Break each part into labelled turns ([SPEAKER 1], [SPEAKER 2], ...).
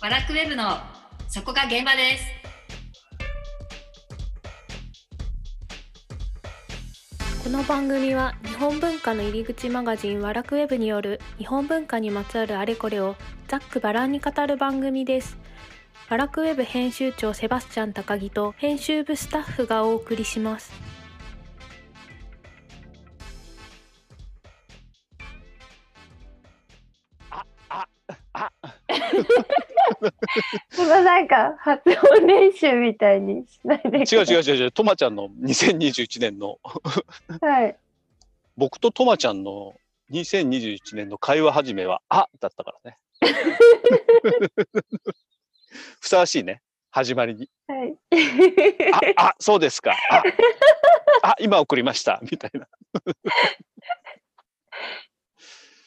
[SPEAKER 1] ワラクウェブのそこが現場です。
[SPEAKER 2] この番組は日本文化の入り口マガジンワラクウェブによる日本文化にまつわるあれこれをざっくばらんに語る番組です。ワラクウェブ編集長セバスチャン高木と編集部スタッフがお送りします。
[SPEAKER 3] そのなんか発音練習みたいにしないで
[SPEAKER 4] 違う違
[SPEAKER 3] う。
[SPEAKER 4] う違う違う、とまちゃんの2021年の、
[SPEAKER 3] はい。
[SPEAKER 4] 僕ととまちゃんの2021年の会話始めは、あだったから ね。ふさわしいね、始まりに。
[SPEAKER 3] はい。
[SPEAKER 4] あ、あ、そうですか。あ、あ今送りました、みたいな。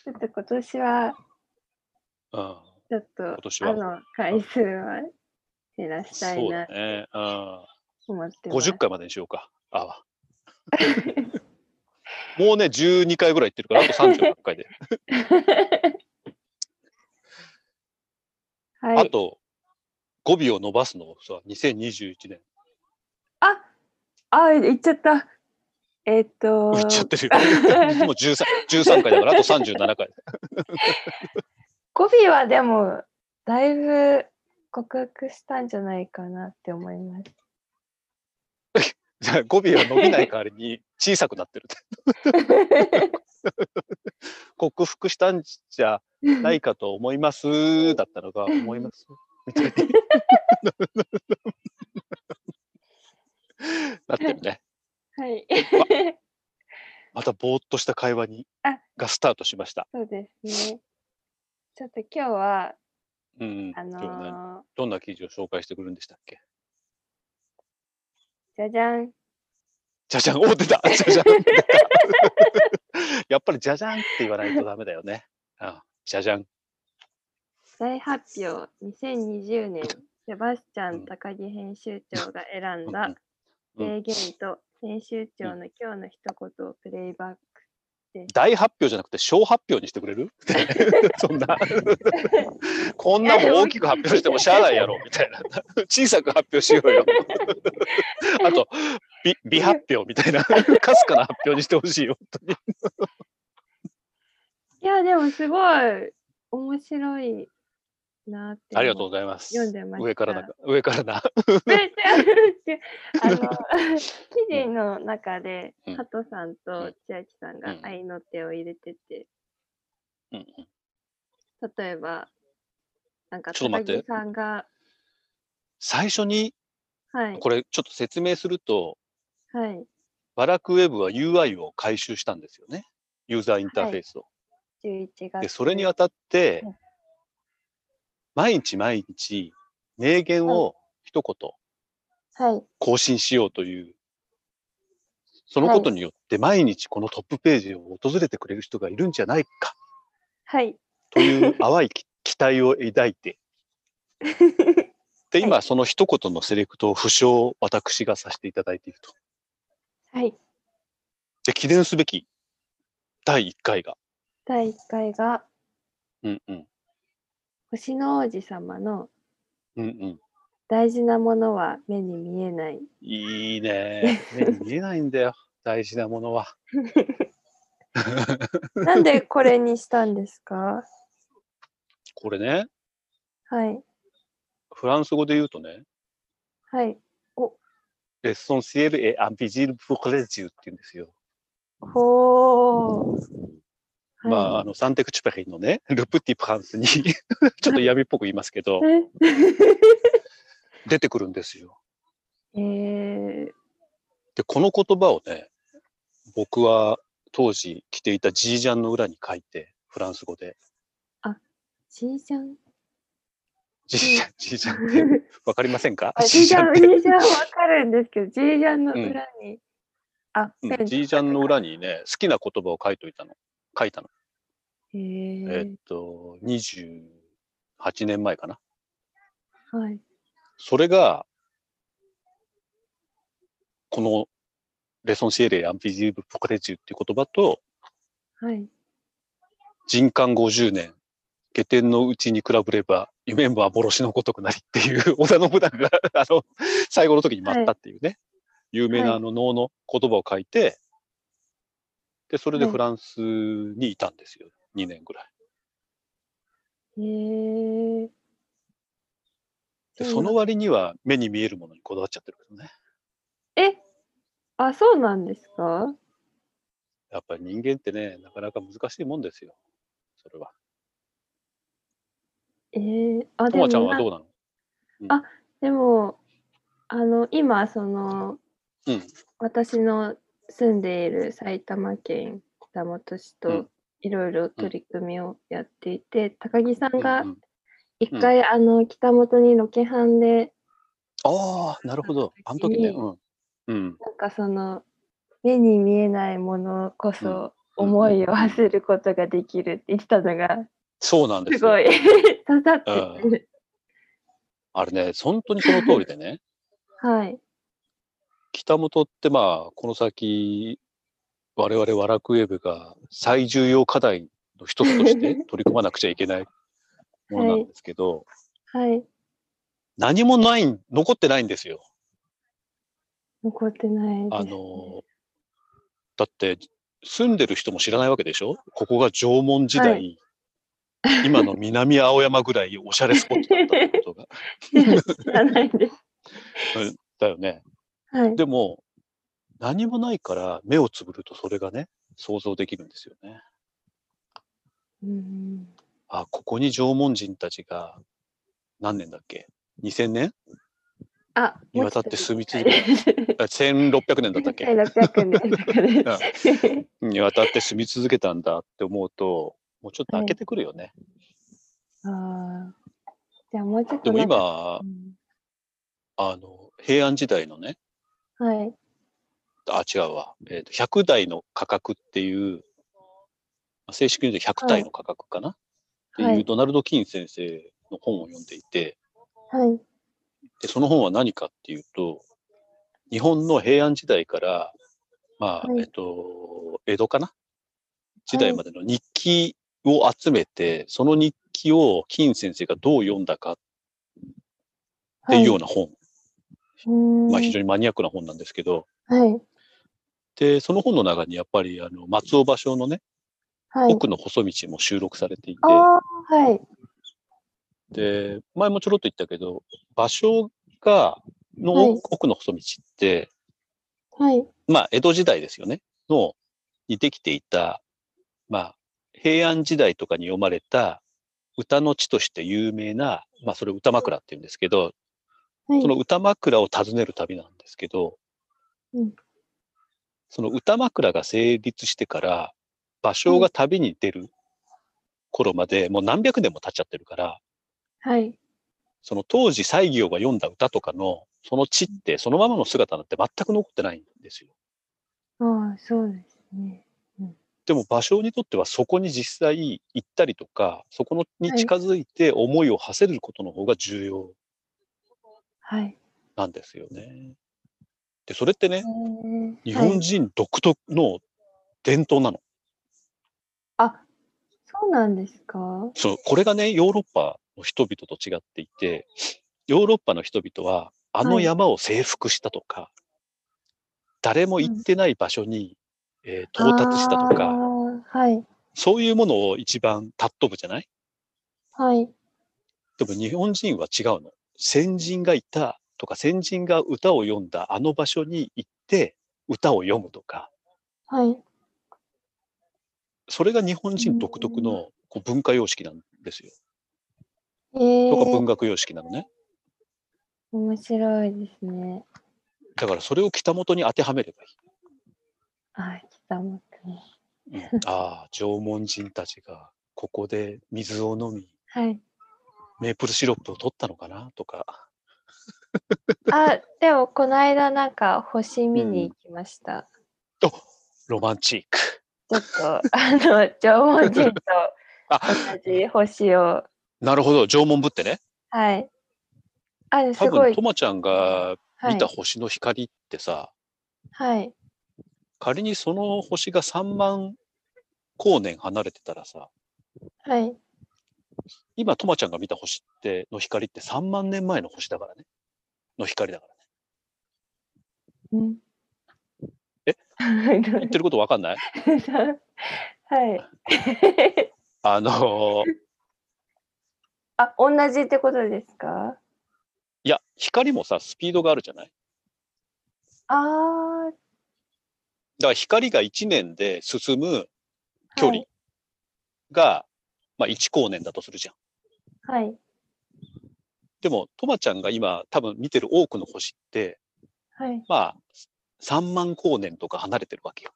[SPEAKER 3] ちょっと今年は、
[SPEAKER 4] うん、
[SPEAKER 3] ちょっ
[SPEAKER 4] 今年
[SPEAKER 3] と、
[SPEAKER 4] は
[SPEAKER 3] あの、回数は減らしたい
[SPEAKER 4] そう
[SPEAKER 3] な
[SPEAKER 4] だ
[SPEAKER 3] と
[SPEAKER 4] ね。うん
[SPEAKER 3] 思ってます。
[SPEAKER 4] 50回までにしようか。あはもうね、12回ぐらい行ってるから、あと38回で。
[SPEAKER 3] は
[SPEAKER 4] あ
[SPEAKER 3] い。
[SPEAKER 4] と、語尾を伸ばすのをさ、2021年。
[SPEAKER 3] あ、あ、いっちゃった。えっと、
[SPEAKER 4] 言っちゃってるよ。もう13、13回だから、あと37回。
[SPEAKER 3] 語尾はでも、だいぶ告白したんじゃないかなって思います。
[SPEAKER 4] じゃあ 語尾は伸びない代わりに小さくなってる。克服したんじゃ ないかと思います。だったのが、思います。みたいに。 なってるね。
[SPEAKER 3] はい。
[SPEAKER 4] またぼーっとした会話に
[SPEAKER 3] あ
[SPEAKER 4] がスタートしました。
[SPEAKER 3] そうですね。ちょっと今日は、
[SPEAKER 4] うん、
[SPEAKER 3] あの
[SPEAKER 4] 今日何
[SPEAKER 3] ー、
[SPEAKER 4] どんな記事を紹介してくるんでしたっけ
[SPEAKER 3] じゃじゃん。
[SPEAKER 4] じゃじゃん、お 出たじゃじゃん出たやっぱりじゃじゃんって言わないとダメだよね。あじゃじゃん。
[SPEAKER 3] 大発表2020年セバスチャ
[SPEAKER 4] う
[SPEAKER 3] ン
[SPEAKER 4] ん
[SPEAKER 3] 高木編集長が選ん
[SPEAKER 4] うんう
[SPEAKER 3] だ
[SPEAKER 4] ん
[SPEAKER 3] 名言と編集長の今日の一言をプレイバック。
[SPEAKER 4] 大発表じゃなくて小発表にしてく れるそんなこんなもん大きく発表してもしゃあないやろみたいな小さく発表しよう よあとび微発表みたいなかすかな発表にしてほしいよ本
[SPEAKER 3] いやでもすごい面白いなって
[SPEAKER 4] 当にありがとう
[SPEAKER 3] う。
[SPEAKER 4] ございます
[SPEAKER 3] 読んでました
[SPEAKER 4] 上からな上からな
[SPEAKER 3] めっちゃあの記事の中で
[SPEAKER 4] うん
[SPEAKER 3] 加藤さん
[SPEAKER 4] う
[SPEAKER 3] と
[SPEAKER 4] ん
[SPEAKER 3] 千秋さんが
[SPEAKER 4] うん
[SPEAKER 3] 愛の手を入れてて
[SPEAKER 4] うん
[SPEAKER 3] 例えばなんか
[SPEAKER 4] ちょっと
[SPEAKER 3] 高
[SPEAKER 4] 待って
[SPEAKER 3] 木さんが
[SPEAKER 4] 最初に
[SPEAKER 3] はい
[SPEAKER 4] これちょっと説明すると
[SPEAKER 3] はい
[SPEAKER 4] バラクウェブは UI を回収したんですよねユーザーインターフェースを、
[SPEAKER 3] 11月
[SPEAKER 4] でそれにあたって
[SPEAKER 3] うん
[SPEAKER 4] 毎日毎日名言を一言
[SPEAKER 3] はい
[SPEAKER 4] 更新しようというそのことによって毎日このトップページを訪れてくれる人がいるんじゃないか
[SPEAKER 3] はい
[SPEAKER 4] という淡いき期待を抱いてで今その一言のセレクトを不詳を私がさせていただいていると
[SPEAKER 3] はい
[SPEAKER 4] で記念すべき第1回が、
[SPEAKER 3] 第1回が
[SPEAKER 4] うんうん
[SPEAKER 3] 星の王子様の
[SPEAKER 4] うんうん、
[SPEAKER 3] 大事なものは目に見 えない。
[SPEAKER 4] いいね目に見えないんだよ大事なものは。
[SPEAKER 3] なんでこれにしたんですか
[SPEAKER 4] これね、
[SPEAKER 3] はい。
[SPEAKER 4] フランス語で言うとね、
[SPEAKER 3] はい。
[SPEAKER 4] レッソンシエル・エ・アンビジール・プクレジュって言うんですよ。
[SPEAKER 3] ほー。はい
[SPEAKER 4] まあ、あの、サンテクチュペリのね、ルプティ・プランスに、 ちょっと闇っぽく言いますけど、
[SPEAKER 3] え
[SPEAKER 4] 出てくるんですよ。
[SPEAKER 3] えー、
[SPEAKER 4] で、この言葉をね、僕は当時着ていたジージャンの裏に書いて、フランス語で。
[SPEAKER 3] じい ちゃん。
[SPEAKER 4] ジージャン、ジージャンって、わかりませんか
[SPEAKER 3] あ
[SPEAKER 4] ジ
[SPEAKER 3] じ
[SPEAKER 4] ージ
[SPEAKER 3] いち
[SPEAKER 4] ャ
[SPEAKER 3] ゃ
[SPEAKER 4] ンっ
[SPEAKER 3] ん、
[SPEAKER 4] て
[SPEAKER 3] じいちゃんわかるんですけど、じいちゃんの裏に。あ、
[SPEAKER 4] う
[SPEAKER 3] ペ
[SPEAKER 4] ん
[SPEAKER 3] ン使って
[SPEAKER 4] ジージャンの裏にね、好きな言葉を書いといたの。書いたの。
[SPEAKER 3] え
[SPEAKER 4] え
[SPEAKER 3] ー
[SPEAKER 4] っ、と、28年前かな。
[SPEAKER 3] はい。
[SPEAKER 4] それが、このレソンシエレ・アンビジーブ・ポクレチュっていう言葉と、
[SPEAKER 3] はい。
[SPEAKER 4] 人間50年、下天のうちに比べれば夢も幻のごとくなりっていう、織田信長が、 あの、最後の時に舞ったっていうね、有名なあの能の言葉を書いて、で、それで
[SPEAKER 3] はい
[SPEAKER 4] フランスにいたんですよ。2年ぐらい。
[SPEAKER 3] へえ。
[SPEAKER 4] で、
[SPEAKER 3] うん
[SPEAKER 4] その割には目に見えるものにこだわっちゃってるけどね。
[SPEAKER 3] え、あ、そうなんですか
[SPEAKER 4] やっぱり人間ってね、なかなか難しいもんですよ。それは。
[SPEAKER 3] えー、あ、
[SPEAKER 4] と
[SPEAKER 3] でも
[SPEAKER 4] まちゃんは
[SPEAKER 3] な
[SPEAKER 4] どうなの
[SPEAKER 3] でも、あの、今、その、
[SPEAKER 4] うん
[SPEAKER 3] 私の住んでいる埼玉県北本市
[SPEAKER 4] う
[SPEAKER 3] と
[SPEAKER 4] ん
[SPEAKER 3] いろいろ取り組みをやっていて、高木さんが
[SPEAKER 4] うんうん
[SPEAKER 3] 一回、あの北本にロケハンで
[SPEAKER 4] ああ、なるほど。あの時ね。うん。うん。
[SPEAKER 3] なんかその目に見えないものこそ
[SPEAKER 4] うん
[SPEAKER 3] 思いを馳せることができるって言ってたのが
[SPEAKER 4] そうなんです
[SPEAKER 3] す
[SPEAKER 4] よ。
[SPEAKER 3] ごい 刺さってくる。
[SPEAKER 4] あれね、本当にその通りでね、
[SPEAKER 3] はい。
[SPEAKER 4] 北本ってまあ、この先、我々ワラクウェブが最重要課題の一つとして取り組まなくちゃいけないものなんですけど、
[SPEAKER 3] はい。
[SPEAKER 4] 何もない、残ってないんですよ。
[SPEAKER 3] 残ってないです、
[SPEAKER 4] あ の、だって、住んでる人も知らないわけでしょここが縄文時代、
[SPEAKER 3] は
[SPEAKER 4] 今の南青山ぐらいおしゃれスポ ットだったってことが。
[SPEAKER 3] 知らないです。
[SPEAKER 4] だよね。
[SPEAKER 3] はい。
[SPEAKER 4] でも、何もないから目をつぶるとそれがね、想像できるんですよね。
[SPEAKER 3] うん
[SPEAKER 4] あ、ここに縄文人たちが、何年だっけ ?2000 年
[SPEAKER 3] あ、
[SPEAKER 4] にわたって住み続け
[SPEAKER 3] る。
[SPEAKER 4] あ ?1600 年だったっ け
[SPEAKER 3] 600年とかです。
[SPEAKER 4] にわたって住み続けたんだって思うと、もうちょっと開けてくるよね。
[SPEAKER 3] あーじゃあもうちょっ
[SPEAKER 4] で
[SPEAKER 3] と
[SPEAKER 4] も
[SPEAKER 3] なんか、
[SPEAKER 4] 今、あの、平安時代のね、
[SPEAKER 3] うんはい。
[SPEAKER 4] あ、違うわ、えーと100代の価格っていう、まあ正式に言うと100代の価格かな、って
[SPEAKER 3] はいいう
[SPEAKER 4] ドナルド・キーン先生の本を読んでいて、
[SPEAKER 3] はい。
[SPEAKER 4] で、その本は何かっていうと、日本の平安時代から、まあ、
[SPEAKER 3] はい
[SPEAKER 4] えっと、江戸かな時代までの日記を集めて、その日記を金先生がどう読んだかっていうような本、
[SPEAKER 3] う
[SPEAKER 4] まあ非常にマニアックな本なんですけど、
[SPEAKER 3] に。はい。
[SPEAKER 4] で、その本の中にやっぱりあの松尾芭蕉のね、
[SPEAKER 3] はい。
[SPEAKER 4] 奥の細道も収録されていて、
[SPEAKER 3] ああー、はい。
[SPEAKER 4] で、前もちょろっと言ったけど、芭蕉が、の
[SPEAKER 3] はい
[SPEAKER 4] 奥の細道って、
[SPEAKER 3] はい。
[SPEAKER 4] まあ、江戸時代ですよね。の、にできていた、まあ、平安時代とかに読まれた歌の地として有名な、まあ、それ歌枕って言うんですけど、
[SPEAKER 3] はい
[SPEAKER 4] その歌枕を訪ねる旅なんですけど、
[SPEAKER 3] うん
[SPEAKER 4] その歌枕が成立してから、芭蕉が旅に出る頃まで、もう何百年も経っちゃってるから、
[SPEAKER 3] はい。
[SPEAKER 4] その当時西行が読んだ歌とかの、その地ってそのままの姿なんて全く残ってないんですよ。
[SPEAKER 3] ああ、そうですね。
[SPEAKER 4] でも芭蕉にとってはそこに実際行ったりとかそこのに近づいて思いを馳せることの方が重要
[SPEAKER 3] はい。
[SPEAKER 4] なんですよね。でそれってね日
[SPEAKER 3] は
[SPEAKER 4] 本
[SPEAKER 3] い、
[SPEAKER 4] 人独特の伝統なの。
[SPEAKER 3] あ、そうなんですか。は
[SPEAKER 4] そうこれがねヨーロッパの人々と違っていてヨーロッパの人々はあの山を征服したとか、誰も行ってない場所に、えー到達したとか
[SPEAKER 3] はい。
[SPEAKER 4] そういうものを一番尊ぶじゃない
[SPEAKER 3] はい。
[SPEAKER 4] でも日本人は違うの。先人がいたとか、先人が歌を読んだあの場所に行って歌を読むとか、
[SPEAKER 3] はい。
[SPEAKER 4] それが日本人独特のこう文化様式なんですよ。
[SPEAKER 3] え
[SPEAKER 4] とか
[SPEAKER 3] ー
[SPEAKER 4] 文、学様式なのね。
[SPEAKER 3] 面白いですね。
[SPEAKER 4] だからそれを北本に当てはめればい
[SPEAKER 3] あ、北本ね。
[SPEAKER 4] い。うんああ、縄文人たちがここで水を飲み、
[SPEAKER 3] はい。
[SPEAKER 4] メープルシロップを取ったのかなとか。
[SPEAKER 3] あ、でも、この間、なんか、星見に行きました。
[SPEAKER 4] おロマンチック。
[SPEAKER 3] ちょっと、あの、縄文人と同
[SPEAKER 4] あ、
[SPEAKER 3] じ星を。
[SPEAKER 4] なるほど。縄文ぶってね。
[SPEAKER 3] はい。あ、す
[SPEAKER 4] 多
[SPEAKER 3] ご
[SPEAKER 4] 分、
[SPEAKER 3] い
[SPEAKER 4] と。まちゃんが
[SPEAKER 3] は
[SPEAKER 4] 見
[SPEAKER 3] い
[SPEAKER 4] た。星の光ってさ、
[SPEAKER 3] はい。
[SPEAKER 4] 仮にその星が3万光年離れてたらさ、
[SPEAKER 3] はい。
[SPEAKER 4] 今、とまちゃんが見た星って、の光って3万年前の星だからね。の光だからね。
[SPEAKER 3] うん
[SPEAKER 4] え
[SPEAKER 3] は
[SPEAKER 4] 言ってることわかんない
[SPEAKER 3] い。
[SPEAKER 4] あのー
[SPEAKER 3] あ、同じってことですか
[SPEAKER 4] いや、光もさ、スピードがあるじゃない
[SPEAKER 3] ああ、
[SPEAKER 4] だから光が1年で進む距離
[SPEAKER 3] はい
[SPEAKER 4] が、まあ1光年だとするじゃん。
[SPEAKER 3] はい。
[SPEAKER 4] でも、とまちゃんが今多分見てる多くの星って、
[SPEAKER 3] はい。
[SPEAKER 4] まあ3万光年とか離れてるわけよ。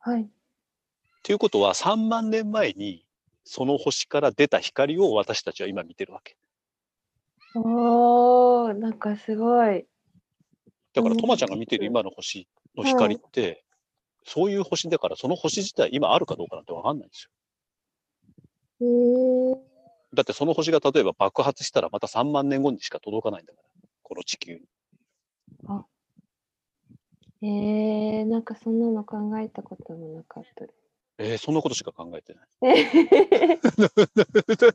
[SPEAKER 3] はい。
[SPEAKER 4] ということは3万年前にその星から出た光を私たちは今見てるわけ。
[SPEAKER 3] おー、なんかすごい。
[SPEAKER 4] だから
[SPEAKER 3] うん
[SPEAKER 4] とまちゃんが見てる今の星の光って、そういう星だからその星自体今あるかどうかなんてわかんないんですよ。
[SPEAKER 3] へー
[SPEAKER 4] だってその星が例えば爆発したらまた3万年後にしか届かないんだから、この地球に。
[SPEAKER 3] えー、なんかそんなの考えたこともなかったで
[SPEAKER 4] えーそんなことしか考えてない。
[SPEAKER 3] す。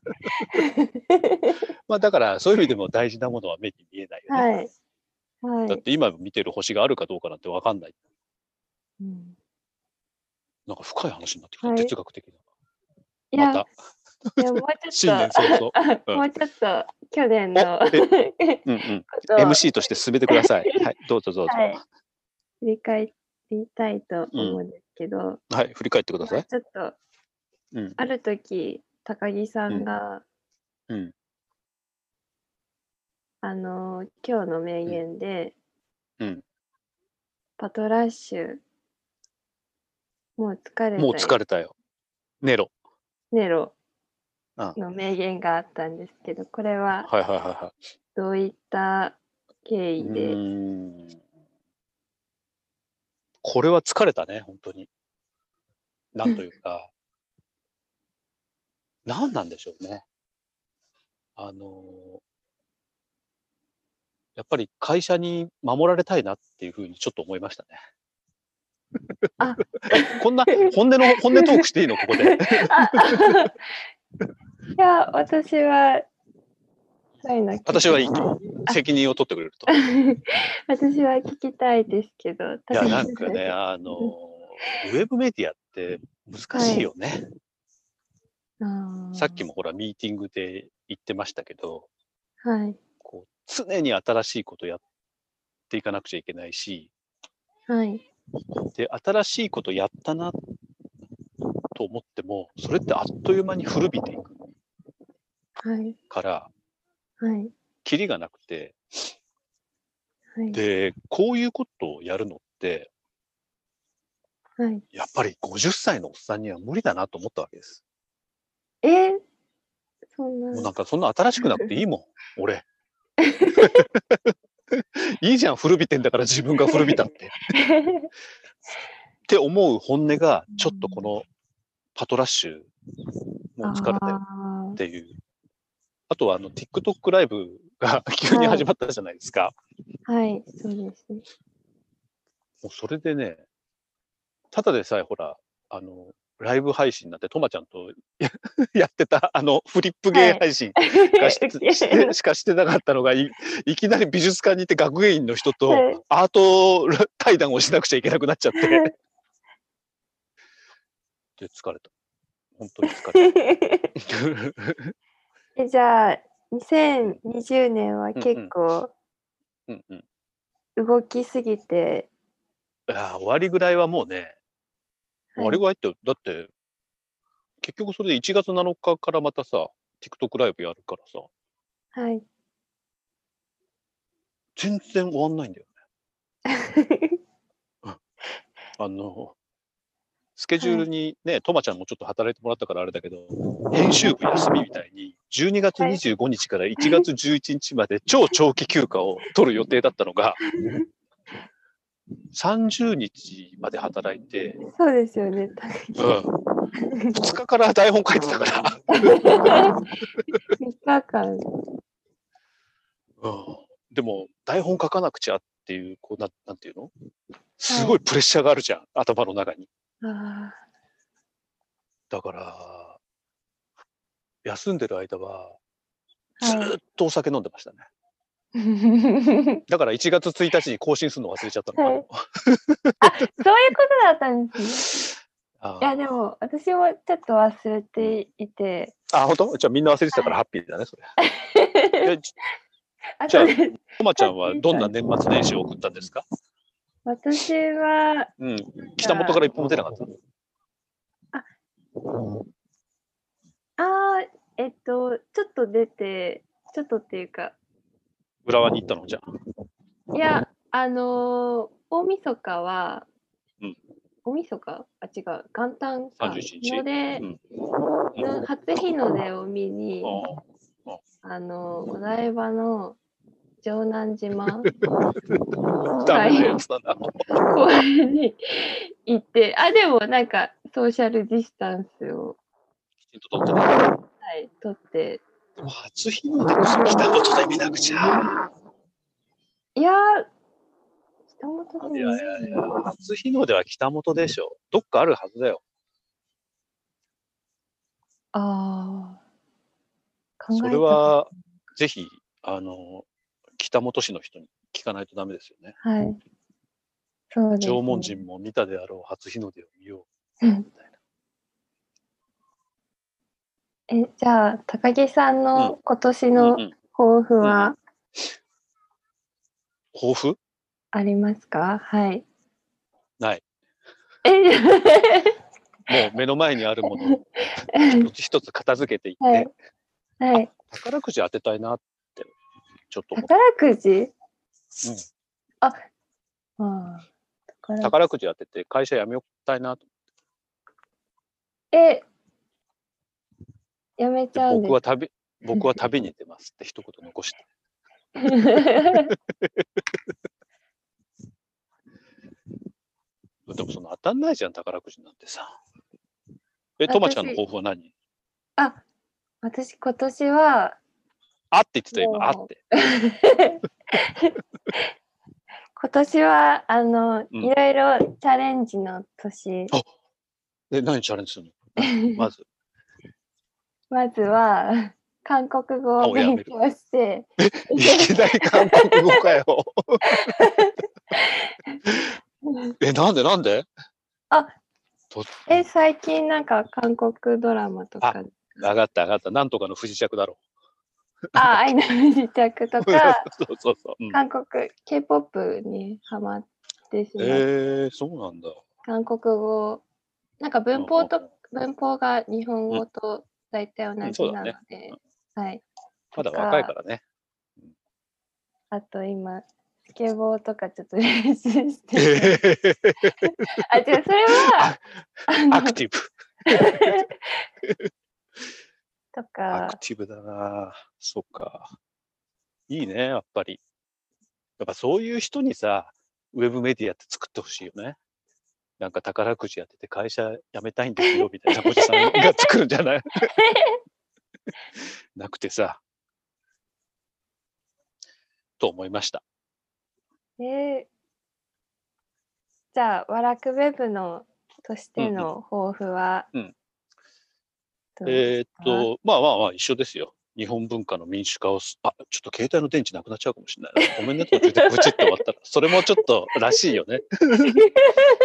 [SPEAKER 4] まあだからそういう意味でも大事なものは目に見えないよね。
[SPEAKER 3] はい。は
[SPEAKER 4] だっ
[SPEAKER 3] い。
[SPEAKER 4] て今見てる星があるかどうかなんてわかんない。
[SPEAKER 3] うん
[SPEAKER 4] なんか深い話になってきた、
[SPEAKER 3] はい
[SPEAKER 4] 哲学的
[SPEAKER 3] い
[SPEAKER 4] な。
[SPEAKER 3] や、
[SPEAKER 4] また、
[SPEAKER 3] いやもうち
[SPEAKER 4] 新
[SPEAKER 3] ょっ
[SPEAKER 4] 年
[SPEAKER 3] と、
[SPEAKER 4] 早々。うん
[SPEAKER 3] もうちょっと去年の
[SPEAKER 4] お
[SPEAKER 3] こ
[SPEAKER 4] えうんうん。
[SPEAKER 3] とを
[SPEAKER 4] MC として進めてください。はい、どうぞどうぞ。
[SPEAKER 3] はい振り返りたいと思うんですけど、
[SPEAKER 4] はい、振り返ってくだ
[SPEAKER 3] ま
[SPEAKER 4] さ
[SPEAKER 3] あ
[SPEAKER 4] い。
[SPEAKER 3] ちょっと
[SPEAKER 4] うん
[SPEAKER 3] ある時高木さんが、
[SPEAKER 4] うん
[SPEAKER 3] あの今日の名言で、
[SPEAKER 4] うん
[SPEAKER 3] パトラッシュもう疲れたよ
[SPEAKER 4] もう疲れたよ。ネロ。
[SPEAKER 3] ネロ
[SPEAKER 4] うん
[SPEAKER 3] の名言があったんですけどこれは
[SPEAKER 4] はいはいはいは
[SPEAKER 3] どういった経
[SPEAKER 4] い。う
[SPEAKER 3] 緯で、
[SPEAKER 4] ーん。これは疲れたね、本当に。なんというか。 なんなんでしょうね。あのーやっぱり会社に守られたいなっていうふうにちょっと思いましたね。
[SPEAKER 3] あ
[SPEAKER 4] こんな本音の本音トークしていいのここで。
[SPEAKER 3] あ いや私はそういうの聞き
[SPEAKER 4] 私はいいと。責任を取ってくれると。
[SPEAKER 3] 私は聞きたいですけど、
[SPEAKER 4] いや、なんかね、あのー、ウェブメディアって難しいよね。
[SPEAKER 3] うん
[SPEAKER 4] さっき。もほら、ミーティングで言ってましたけど、
[SPEAKER 3] はい、
[SPEAKER 4] こう常に新しいことやっていかなくちゃいけないし、
[SPEAKER 3] はい、
[SPEAKER 4] で、新しいことやったなと思っても、それってあっという間に古びていく
[SPEAKER 3] はい、
[SPEAKER 4] から、
[SPEAKER 3] はい、
[SPEAKER 4] キリがなくて、
[SPEAKER 3] はい、
[SPEAKER 4] で、こういうことをやるのって、
[SPEAKER 3] はい。
[SPEAKER 4] やっぱり50歳のおっさんには無理だなと思ったわけです。
[SPEAKER 3] えー、そん
[SPEAKER 4] もう
[SPEAKER 3] な
[SPEAKER 4] な。ん かそんな新しくなくていいもん、俺。 いいじゃん、古びてんだから自分が古びたって。って思う本音が、ちょっとこのパトラッシュ、もう疲れたよ
[SPEAKER 3] あ
[SPEAKER 4] っていう。あとはあの TikTok ライブが急に始まったじゃないですか。
[SPEAKER 3] ーはい、そうですね。
[SPEAKER 4] もうそれでね、ただでさえほら、あの、ライブ配信なんて、とまちゃんとや ってた、あの、フリップゲー配信がし してしかしてなかったのがい、いきなり美術館に行って学芸員の人と
[SPEAKER 3] はい
[SPEAKER 4] アート対談をしなくちゃいけなくなっちゃ って。で、疲れた。本当に疲れ た。
[SPEAKER 3] えじゃあ、2020年は結構
[SPEAKER 4] うんうん。
[SPEAKER 3] 動きすぎて、
[SPEAKER 4] いやー終わりぐらいはもうね、終
[SPEAKER 3] はい
[SPEAKER 4] わりぐらいって、だって、結局それで1月7日からまたさ、TikTok ライブやるからさ、
[SPEAKER 3] はい。
[SPEAKER 4] 全然終わんないんだよね。あの、スケジュールにね、とまちゃんもちょっと働いてもらったからあれだけど、編集部休みみたいに、12月
[SPEAKER 3] はい
[SPEAKER 4] 25日から1月11日まで超長期休暇を取る予定だったの が、30日まで働いて、
[SPEAKER 3] そうですよね。高木
[SPEAKER 4] うん、2日から台本書いてたから、
[SPEAKER 3] 3日間。
[SPEAKER 4] うん、でも台本書かなくちゃっていう、こうななんていうのすごいプレッシャーがあるじゃん、頭の中に。
[SPEAKER 3] あ
[SPEAKER 4] だから、休んでる間は、ず
[SPEAKER 3] はい
[SPEAKER 4] ーっとお酒飲んでましたね。 だから1月1日に更新するの忘れちゃったのかな
[SPEAKER 3] はい。そういうことだったんですね。
[SPEAKER 4] あ
[SPEAKER 3] いや、
[SPEAKER 4] ー
[SPEAKER 3] でも、私もちょっと忘れていて。
[SPEAKER 4] あ、本当じゃあみんな忘れてたからハッピーだね、それ。えち
[SPEAKER 3] あ
[SPEAKER 4] じゃ
[SPEAKER 3] と
[SPEAKER 4] あ
[SPEAKER 3] で、
[SPEAKER 4] とまちゃん はどんな年末年始を送ったんですか
[SPEAKER 3] 私は、
[SPEAKER 4] うん。北本から一歩も出なかった。
[SPEAKER 3] ああ、えっと、ちょっと出て、ちょっとっていうか、
[SPEAKER 4] 浦和に行ったのじゃあ。
[SPEAKER 3] いや、あのー大晦日は、
[SPEAKER 4] うん
[SPEAKER 3] 大晦日あ、違う、元旦か。
[SPEAKER 4] 31日
[SPEAKER 3] 日の出
[SPEAKER 4] うん
[SPEAKER 3] の、初日の出を見に、
[SPEAKER 4] あ
[SPEAKER 3] あのーお台場の城 南島
[SPEAKER 4] ーダメな
[SPEAKER 3] 海
[SPEAKER 4] やつなんだ。
[SPEAKER 3] 公園に行って、あ、でもなんか、ソーシャルディスタンスを、
[SPEAKER 4] きちんと撮ってた。
[SPEAKER 3] はい、取って、
[SPEAKER 4] でも初日の出を北本で見なくちゃ。
[SPEAKER 3] いやー、人元
[SPEAKER 4] い
[SPEAKER 3] で
[SPEAKER 4] や
[SPEAKER 3] も
[SPEAKER 4] いやいや、初日の出は北本でしょ。どっかあるはずだよ。
[SPEAKER 3] ああ、考え
[SPEAKER 4] そ
[SPEAKER 3] た
[SPEAKER 4] れは、ぜひ、あの、北本市の人に聞かないとダメですよね。
[SPEAKER 3] はい。そうです、ね。
[SPEAKER 4] 縄文人も見たであろう初日の出を見よう。み
[SPEAKER 3] うん
[SPEAKER 4] たいな
[SPEAKER 3] え、じゃあ、高木さん
[SPEAKER 4] う
[SPEAKER 3] の今年
[SPEAKER 4] うん
[SPEAKER 3] の
[SPEAKER 4] うん
[SPEAKER 3] 抱負は
[SPEAKER 4] 抱負
[SPEAKER 3] ありますか、はい。
[SPEAKER 4] ない。
[SPEAKER 3] え、
[SPEAKER 4] もう目の前にあるものを一つ一つ片付けていって、
[SPEAKER 3] はい。はい。
[SPEAKER 4] 宝くじ当てたいなって、ちょっと思って、
[SPEAKER 3] 宝くじ
[SPEAKER 4] うん
[SPEAKER 3] ああ宝く
[SPEAKER 4] 宝くじ当てて会社辞めようたいなと
[SPEAKER 3] じ。え、やめちゃ
[SPEAKER 4] 思
[SPEAKER 3] う
[SPEAKER 4] って、僕は
[SPEAKER 3] んで
[SPEAKER 4] 旅、僕は旅に出ますって一言残して。
[SPEAKER 3] す。
[SPEAKER 4] でもその当たんないじゃん、宝くじなんてさ。え、
[SPEAKER 3] 私
[SPEAKER 4] とまちゃんの抱負は何
[SPEAKER 3] あ、私今年は、
[SPEAKER 4] あって言ってたよ今、あ
[SPEAKER 3] も
[SPEAKER 4] っ
[SPEAKER 3] う
[SPEAKER 4] て。
[SPEAKER 3] 今年は、あ
[SPEAKER 4] う
[SPEAKER 3] の、
[SPEAKER 4] ん
[SPEAKER 3] いろいろチャレンジの年。
[SPEAKER 4] え、何チャレンジするのまず。
[SPEAKER 3] まずは、韓国語を
[SPEAKER 4] あや
[SPEAKER 3] 勉
[SPEAKER 4] める
[SPEAKER 3] 強して、
[SPEAKER 4] いきなり韓国語かよ。 え、なんでなんで
[SPEAKER 3] あ
[SPEAKER 4] と
[SPEAKER 3] え、最近なんか韓国ドラマとか、
[SPEAKER 4] 上がった上がった。なんとかの不時着だろ
[SPEAKER 3] あ、アイナの自着と
[SPEAKER 4] う。そう
[SPEAKER 3] か、
[SPEAKER 4] そうそう。うん
[SPEAKER 3] 韓国、K-POP にハマってしまって、
[SPEAKER 4] えー、そうなんだ。
[SPEAKER 3] 韓国語、なんか文法
[SPEAKER 4] うんう
[SPEAKER 3] と
[SPEAKER 4] ん、
[SPEAKER 3] 文法が日本語と大体同
[SPEAKER 4] うんそ
[SPEAKER 3] じ
[SPEAKER 4] うだ
[SPEAKER 3] なの
[SPEAKER 4] ね
[SPEAKER 3] で、はい。
[SPEAKER 4] まだ若いからね。
[SPEAKER 3] あと今、スケボーとかちょっと練習してて、
[SPEAKER 4] えー
[SPEAKER 3] あ、違う、それは、あの
[SPEAKER 4] アクティブ。
[SPEAKER 3] と
[SPEAKER 4] ア
[SPEAKER 3] か
[SPEAKER 4] ク、ティブだな。そっか。いいね、やっぱり。やっぱそういう人にさ、ウェブメディアって作ってほしいよね。なんか宝くじやってて会社辞めたいんですよみたいなおじさんが作るんじゃない なくてさ。と思いました。
[SPEAKER 3] えーじゃあ、ワラクウェブのとし
[SPEAKER 4] うん
[SPEAKER 3] て
[SPEAKER 4] うん
[SPEAKER 3] の抱負は、
[SPEAKER 4] うん
[SPEAKER 3] どう
[SPEAKER 4] えーっ
[SPEAKER 3] は
[SPEAKER 4] と、まあまあまあ一緒ですよ。日本文化の民主化をす、あ、ちょっと携帯の電池なくなっちゃうかもしれないな。ごめんね、途中でブチッと終わっ たら。それもちょっとらしいよね。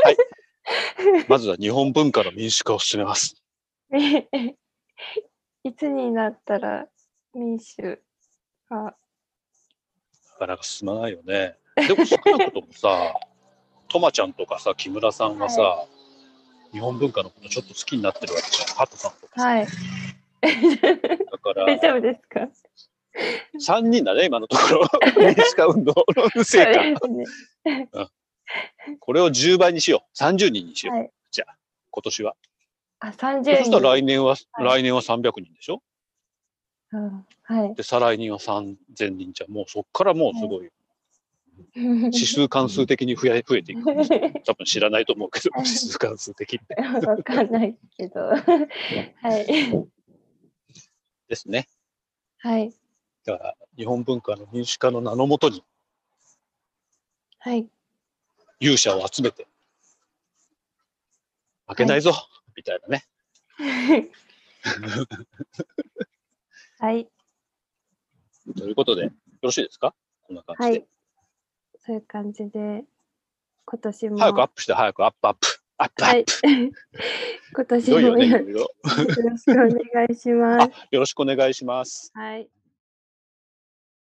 [SPEAKER 4] はい。まずは日本文化の民主化を進めます。
[SPEAKER 3] いつになったら民主が、
[SPEAKER 4] なかなか進まないよね。でも少なくともさ、とまちゃんとかさ、木村さんがさ、日本文化のことちょっと好きになってるわけじゃん。ハトさんとかさ。
[SPEAKER 3] はい。
[SPEAKER 4] だか
[SPEAKER 3] 大
[SPEAKER 4] ら、
[SPEAKER 3] 丈夫ですか
[SPEAKER 4] 3人だね、今のと ころ。民主化運動の成
[SPEAKER 3] そう
[SPEAKER 4] 果。
[SPEAKER 3] ですね
[SPEAKER 4] これを10倍にしよう。30人にしよう。
[SPEAKER 3] はい
[SPEAKER 4] じゃあ、今年は。
[SPEAKER 3] あ、
[SPEAKER 4] そ
[SPEAKER 3] 30
[SPEAKER 4] したら
[SPEAKER 3] 人。
[SPEAKER 4] 来年は、
[SPEAKER 3] は
[SPEAKER 4] 来年は300人でしょ
[SPEAKER 3] うんはい。
[SPEAKER 4] で、再来年は3000人じゃ、もうそっからもうすごい、指数関数的に増え増えていく。多分知らないと思うけど、
[SPEAKER 3] はい
[SPEAKER 4] 指数関数的って。
[SPEAKER 3] わかんない けど。はい。
[SPEAKER 4] ですね。
[SPEAKER 3] はい。
[SPEAKER 4] だから、日本文化の民主化の名のもとに
[SPEAKER 3] はい。
[SPEAKER 4] 勇者を集めて、負けないぞ、みたいなね。
[SPEAKER 3] はい。
[SPEAKER 4] ということで、よろしいですかこんな感
[SPEAKER 3] は
[SPEAKER 4] じで。
[SPEAKER 3] い。そういう感じで、今年も。
[SPEAKER 4] 早くアップして、早くアップアップ。アップア
[SPEAKER 3] は
[SPEAKER 4] ッ
[SPEAKER 3] い。
[SPEAKER 4] プ。
[SPEAKER 3] 今年
[SPEAKER 4] ひどいよ
[SPEAKER 3] も
[SPEAKER 4] ね、い
[SPEAKER 3] よ
[SPEAKER 4] ろいろ。
[SPEAKER 3] ろしくお願いします。
[SPEAKER 4] よろしくお願いします。
[SPEAKER 3] はい。